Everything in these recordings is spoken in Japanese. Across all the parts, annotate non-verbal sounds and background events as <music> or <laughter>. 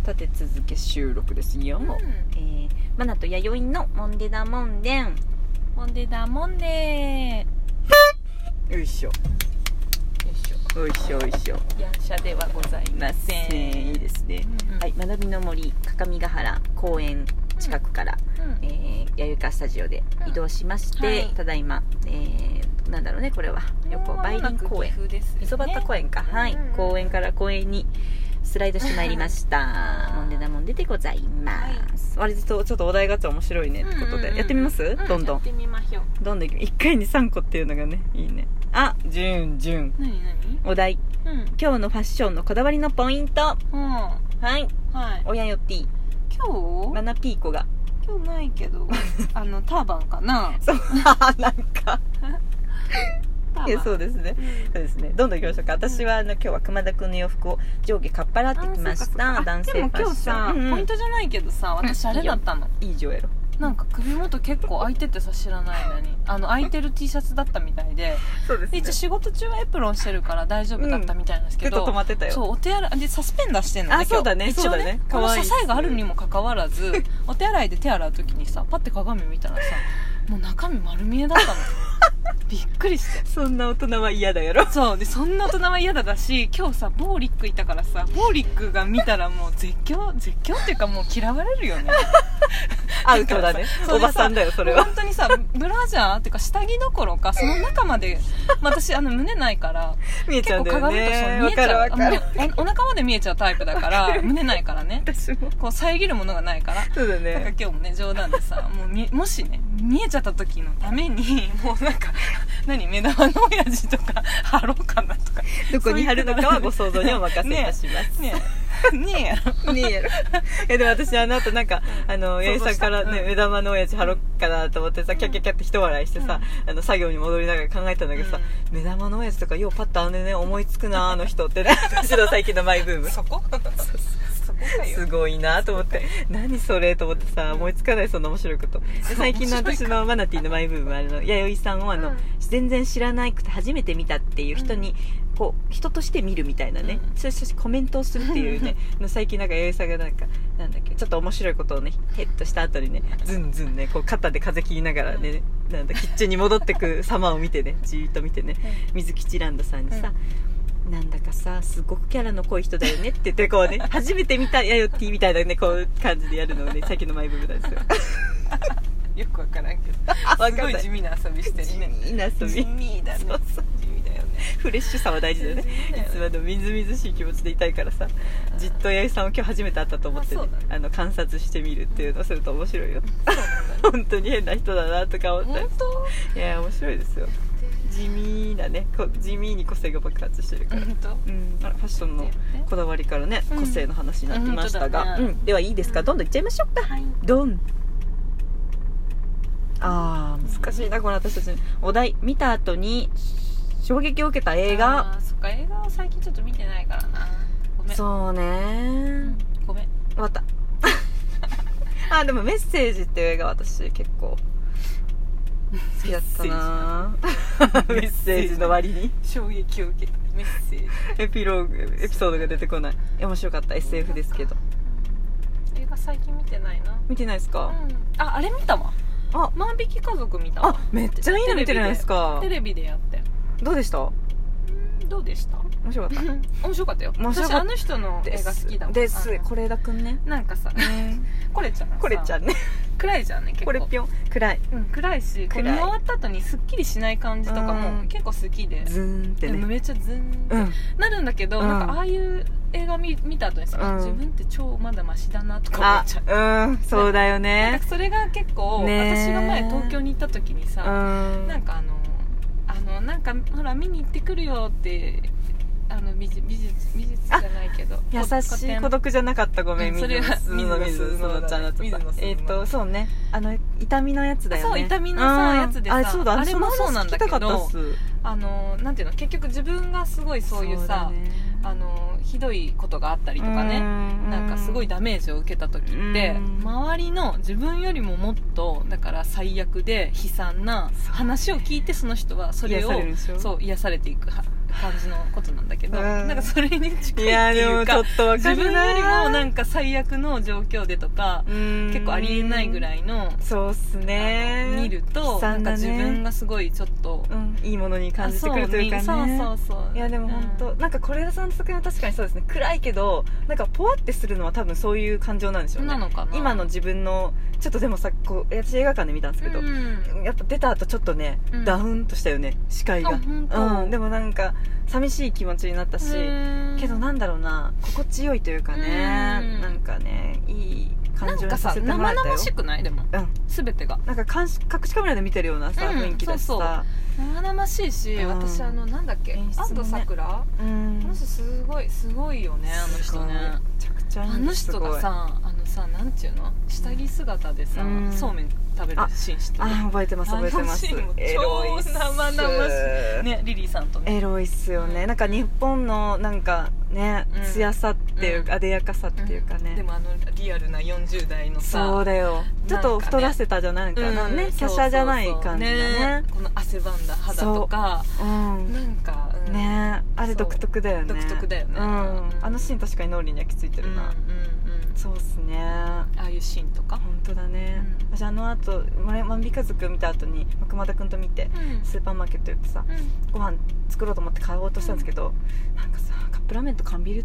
立て続け収録ですよ、うんえー、マナと弥生のモンデダモンデンモンデだモンデよいしょーよいしよいしょよいしょょやんしゃではございまませせんいんいですね、うんうんはい学びの森各務原公園近くから、うんえー、弥生かスタジオで移動しまして、うんはいただいま、えー、なんだろうねこれは横梅林公園もう間もなく岐阜ですね磯端公園か、はいうんうん公園から公園にスライドしてまいりました <laughs> モンデダモンデでございます、割とちょっとお題があって面白いねってことで、うんうんうんやってみます、うんどんどやっんてみましょうどんどんいき1回に3個っていうのがねいいねあじゅんじゅん何何お題うん今日のファッションのこだわりのポイントうんははいい親よっていい今日マナピーコ <laughs> が今日ない <laughs> けどあのターバンかなそうなんかターバンいやそうですねうんそうですねどんどん行きましょうか私はあの今日は熊田君の洋服を上下かっぱらってきましたあそうかそうかあ男性でもファッ今日ショさンうんうんポイントじゃないけどさ私あれだったのいい上やろなんか首元結構開いててさ知らないのにあの開いてる T シャツだったみたいでそうでで一応仕事中はエプロンしてるから大丈夫だったみたいなんですけちょっとど、止まってたよそうお手洗いでサスペンダーしてんのあそうだねそ今日一う応だねね可この愛い支えがあるにもかかわらず <laughs> お手洗いで手洗う時にさパッて鏡見たらさもう中身丸見えだったの <laughs> びっくりしてそんな大人は嫌だやろそうでそんな大人は嫌だだし今日さボーリックいたからさボーリックが見たらもう絶叫絶叫っていうかもう嫌われるよね <laughs> アウトだ <laughs> ねおそれさばさんだよそれもうは本当にさブラジャーっていうか下着どころかその中 <laughs> まで、まあ私あの胸ないから <laughs> 見えち結ゃうん構だよ鏡とそうね見わえちかゃうるわかるあのおお腹まで見えちゃうタイプだか <laughs> ら胸ないからね私もこう遮るものがないからそうだなんかね今日もね冗談で <laughs> さもうみもしね見えちゃった時のためにもうなんか何目玉の親父とか貼ろうかなとかどこに貼るのかはご想像にお任せいたしますねえねえやろねえやろえでも私あの後なんかあの八想像重さんからね、したうん目玉の親父貼ろうかなと思ってさ、キャッキャッキャッって一笑いしてさ、あの作業に戻 <laughs> りながら考えたんだけどさ、目玉の親父とかようパッとあのね思いつくなあの人ってね私の最近のマイブームそこそこかよすごいなと思 <laughs> って何それと思ってさ思いつかないそんな面白いことでそう最近の面白い私かのマナティーのマイブームあの弥生さんをあの、うん全然知らなくて初めて見たっていう人に、こう人として見るみたいなね、うんそしてコメントをするっていう <laughs> ねの最近なんか弥生さんがなんかなんだっけちょっと面白いことをねヘッとした後にねズンズンねこう肩で風切りながらね、なんだキッチンに戻ってく様を見てねじーっと見てね水吉ランドさんにさ、なんだかさすごくキャラの濃い人だよねって言ってこう <laughs> ね初めて見たやよってみたいなねこう感じでやるのをね最近のマイブームなん <laughs> ですよよくわからんけど <laughs> わすかごんいない地味な遊びしてるね地味な遊びそうそ味だねう地味だよねフレッシュさは大事だよね地味だよねいつまでもみずみずしい気持ちでいたいからさじっと弥生さんを今日初めて会ったと思って、ねあそうだねあの観察してみるっていうのをすると面白いよ <laughs> そうなんだね本当に変な人だなとか思って本当いや面白いですよ地味なねこ地味に個性が爆発してるから、本当うん、あらファッションのこだわりからね、うん個性の話になってましたが、あ本当だうねん、ではいいですか、うんどんどんいっちゃいましょうか、はいどんあー難しいなこの私たちお題見た後に衝撃を受けた映画あーそっか映画を最近ちょっと見てないからなごめんそうね、うんごめん終わった <laughs> あでも「メッセージ」っていう映画私結構好きだったなメメッッセセーージジの割に衝撃を受けたメッセージエピローグエピソードが出てこない面白かった SF ですけど映画最近見てないな見てないですうか、んああれ見たわあ万引き家族見たわあめっちゃいいの見てるじゃないですかテレビでやってどうでした面うんどうでした白かった <laughs> 面白かったよ面白かっ私たあの人の映画好きだもんですあの是枝くん <laughs> ねなんかさこれちゃんがさこれちゃんね暗いじゃんね結構これぴょん暗いうん暗いしこう見暗い終わった後にすっきりしない感じとかうんも結構好きでズーンってでもねめっちゃズンってうんなるんだけど、うんなんかああいう映画見見た後にさ、うん自分って超まだマシだなとか思あっちゃううんそうだよなんねかそれが結構、ねえ私が前東京に行った時にうさ、んなんかあのあのなんかほら見に行ってくるよってあの美術美術美術じゃないけど優しい孤独じゃなかったごめんうんそれは水野水野ちゃんだと水野さ鈴乃えっとそうねあの痛みのやつだよねそう痛みのさうんやつでさあそうだあれもそうなんだけどその話聞きたかったっすあのなんていうの結局自分がすごいそういうさあのひどいことがあったりとかね、なんかすごいダメージを受けた時ってうん周りの自分よりももっとだから最悪で悲惨な話を聞いてその人はそれ癒をされるでしょそう癒されていくは感じのことなんだけど、うんなんかそれに近いいっやてでいもうちょかっとわか自る分よりもなんんか最悪の状況でとか、結結構ありえないぐらいいのそうっすあねの見ると、悲なん惨かだ自ね分がすごいちょっとうんいいものに感じてくるというかねあそうそうそうそういいやでも本当、うんなんか是枝さんの作品は確かにそうですね暗いけどなんかポワってするのは多分そういう感情なんでしょうなねのかな今の自分のちょっとでもさこう私映画館で見たんですけど、うんやっぱ出た後ちょっとね、うんダウンとしたよね視界があ本当うん、でもなんか寂しい気持ちになったし、うんけどなんだろうな心地よいというかね、うんなんかねいいな感情んにかささせてもら生えたよ々しくないでもうん全てがなんか監視隠しカメラで見てるようなさ、うん雰囲気だしそうさ生々しいし、うん私あのなんだっけ演出も安ね藤サクラうあのん人すごいすごいよねあの人ねすごいめちゃくちゃいいあのす人ごいがさあのさなんていうの下着姿でさ、うんそうめん食べるシーン知ってるあー覚えてます覚えてますあのシーンも超エロいっす生々しいねリリーさんとねエロいっすよねなんか日本のなんかねうん艶さっていうか、艶やかさっていうかね、でもあのリアルな40代のさそうだよちょっとなんかね太らせたじゃないかな、うんね華そうそう奢じゃない感じだねこの汗ばんだ肌とかうんなんか、うんねあれ独特だよねそう独特だよねうんうんあのシーン確かに脳裏に焼き付いてうんうるんうんな、そうっすねああいうシーンとか、本当だね、うん私あの後ま万引き家族見た後にまあ熊田君と見てうんスーパーマーケット行ってさご飯作ろうと思って買おうとしたんですけど、なんかさカップラーメンと缶ビール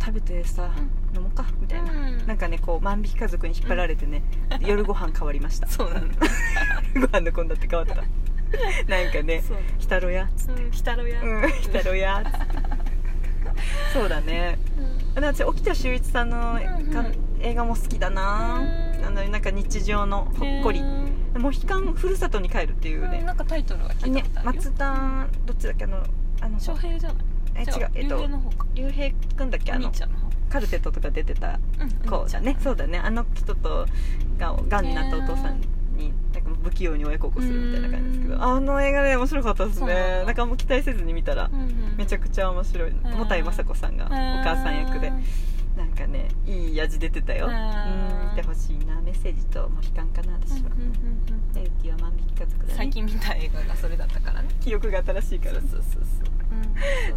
食べてさ、飲もうかみたいな、なんかねこう万引き家族に引っ張られてね、夜ご飯変わりま <laughs> したそうなんだご飯の献立変わったなんかねそう「きたろや」つっうん来たろや、うん「きたろ <laughs> や」つってそうだねで私沖田修一さんのうんか映画も好きだなうんあのなんか日常のほっこりへー「モヒカンふるさとに帰る」っていううんねなんかタイトルが聞いたねことあるよ松田どっちだっけあのあの翔平じゃないえ違うえっ龍と平の方か竜兵くんだっけあ兄のちゃんの方カルテットとか出てた子だねそうだねあの人とががんになったお父さんになんかもう不器用に親孝行するみたいな感じですけうんどあの映画ね面白かったですそうなんねだなんかもう期待せずに見たらめちゃちくちゃ面白いんもたいまさこさんがお母さん役でなんかねいい味出てたよううんん見てほしいなメッセージともう悲観かな私はでうきは万引き家族だね最近見た映画がそれだったからね記憶が新しいからそうそうそう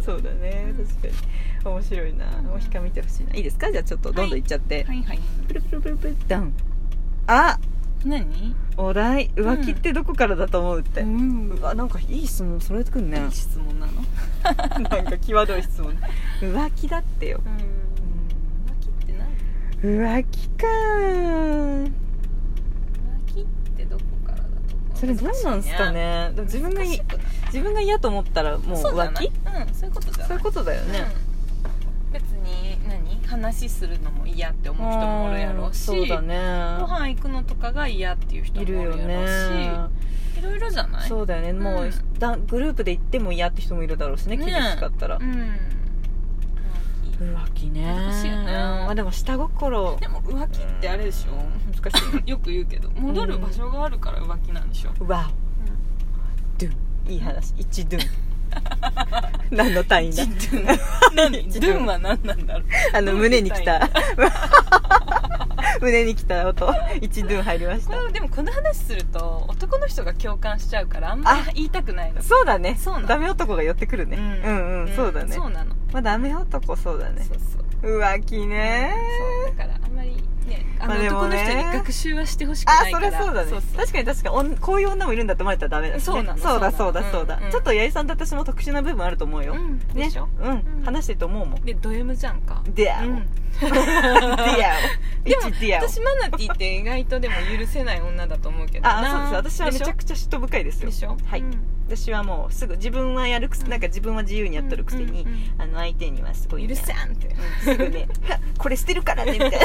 そうだねうん確かに面白いなうんもう悲観見てほしいないいですかじゃあちょっとどんどんいっちゃってはいはいプルプルプルプルダウンあ何お題浮気ってどこからだと思うって、うんうわなんかいい質問それてくんね質問なのなんか際どい質問浮気だってよ浮気って何浮気かー浮気ってどこからだと思うそれどうなんすかねでも自分が難しいいね自分が嫌と思ったらもうそうじゃ浮な気いうんそういうことじゃそなういいうことだよね、うん別に何話するのも嫌って思う人もおるやろうしそうだごね飯行くのとかが嫌っていう人もいおるるやろようしねいろいろじゃないそうだよね、もううんだグループで行っても嫌って人もいるだろうしねね厳しかったら、うん浮気浮気ね難しいよねまあでも下心でも浮気ってあれでしょ難しいよく言うけど戻る場所があるから浮気なんでしょわおドゥン <laughs> いい話一ドゥン何の単位だジ <laughs> ドゥン何ジジドゥンドゥンは何なんだろうあのドゥン胸に来 <laughs> た胸に来た音一ドゥン入りましこれたでもこの話すると男の人が共感しちゃうからあんまあり言いたくないのそうだねそうなのダメ男が寄ってくるね、う、うんうんそうだねそうなのまあダメ男そうだねそうそう浮気ねそうだからあんまりねあまあのでも男のね人に学習はしてほしくあないそかれらそうだね確かに確かにおんこういう女もいるんだって思われたらダメだしねそうなのそうだそそううなのだそうだうんうんちょっと八重さんと私も特殊な部分あると思うよ、うんでしょねうん、うん話してると思うもんでド M じゃんかで <laughs> あ、 <laughs> うんディアオ一ディアオ私マナティって意外とでも許せない女だと思うけどあなそうです私はめちゃくちゃ嫉妬深いですよでしょはいうん私はもうすぐ自分はやるくせなんか自分は自由にやっとるくせに、うんうんあの相手にはすごい、許せんってすぐね <laughs> 「これ捨てるから <laughs> ね」みたいな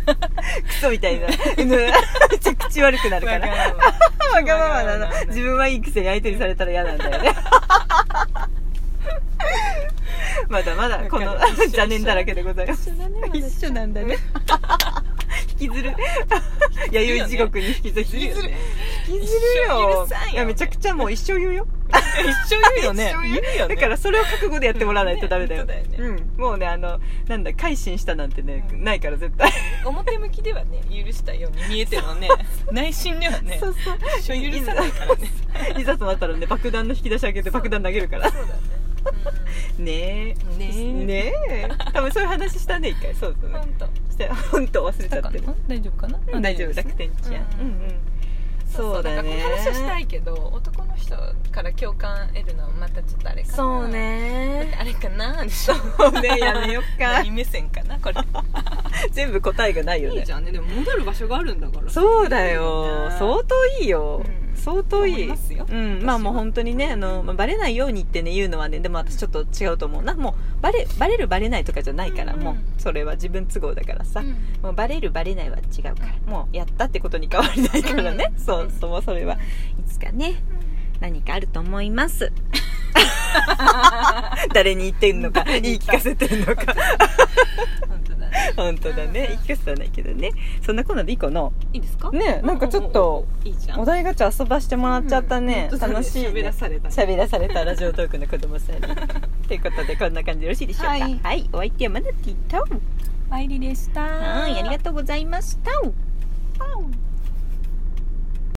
<laughs> クソみたいな <laughs> うんめちゃ口悪くなるからわがままなわがままなんのだ自分はいいくせに相手にされたら嫌なんだよね <laughs> まだまだこのわかる一緒邪念だらけでございます一緒だね <laughs> 一緒なんだね <laughs> 引きずる弥生地獄に引きずる私引き一ずるよ生許さんよいやめちゃくちゃもう一生言うよ一緒言うよね一緒言う言うよねだからそれを覚悟でやってもらわないとダメだよ,、うんね本当うだん、もうねあのなんだ改心したなんてね、うんないから絶対、表向 <laughs> きではね許したように見えてもね内心ではねそうそう <laughs> 一緒許さないからね <laughs> いざとなったらね爆弾の引き出し開けて爆弾投げる <laughs> からそうだねねうんねええねえ多分そういう話したね一回そうそうね本当して <laughs> 本当忘れちゃってる大丈夫かなうん大丈夫楽天ちやんうんうんそうだねなんかこの話をしたいけど男の人から共感得るのはまたちょっとあれかなそうだってねあれかなでしょそうねやめよっ <laughs> か何目線かな <laughs> これ全部答えがないよねいいじゃんねでも戻る場所があるんだからそうだよいい相当いいよ、うん相当いい思いますようん、まあもう本当にねあの、まあ、バレないようにってね言うのはねでも私ちょっと違うと思うなもうバレバレるバレないとかじゃないから、うんうんもうそれは自分都合だからさ、うんもうバレるバレないは違うから、もうやったってことに変わりないからね、うんそううんそもそれはいつかね何かあると思います <laughs> 誰に言ってんのか誰言に言いっ聞たかせてんのか本当だね本当だね言い聞かせてはないけどねそんなこんなでいいかないいですかねなんかちょっといいじゃんお題ガチャ遊ばしてもらっちゃったね、うん楽しい、ね、喋らされた喋らされたラジオトークの子供 <laughs> さんにということでこんな感じでよろしいでしょうかははいい、お相手はマナティと参りでしたはいありがとうございましたとう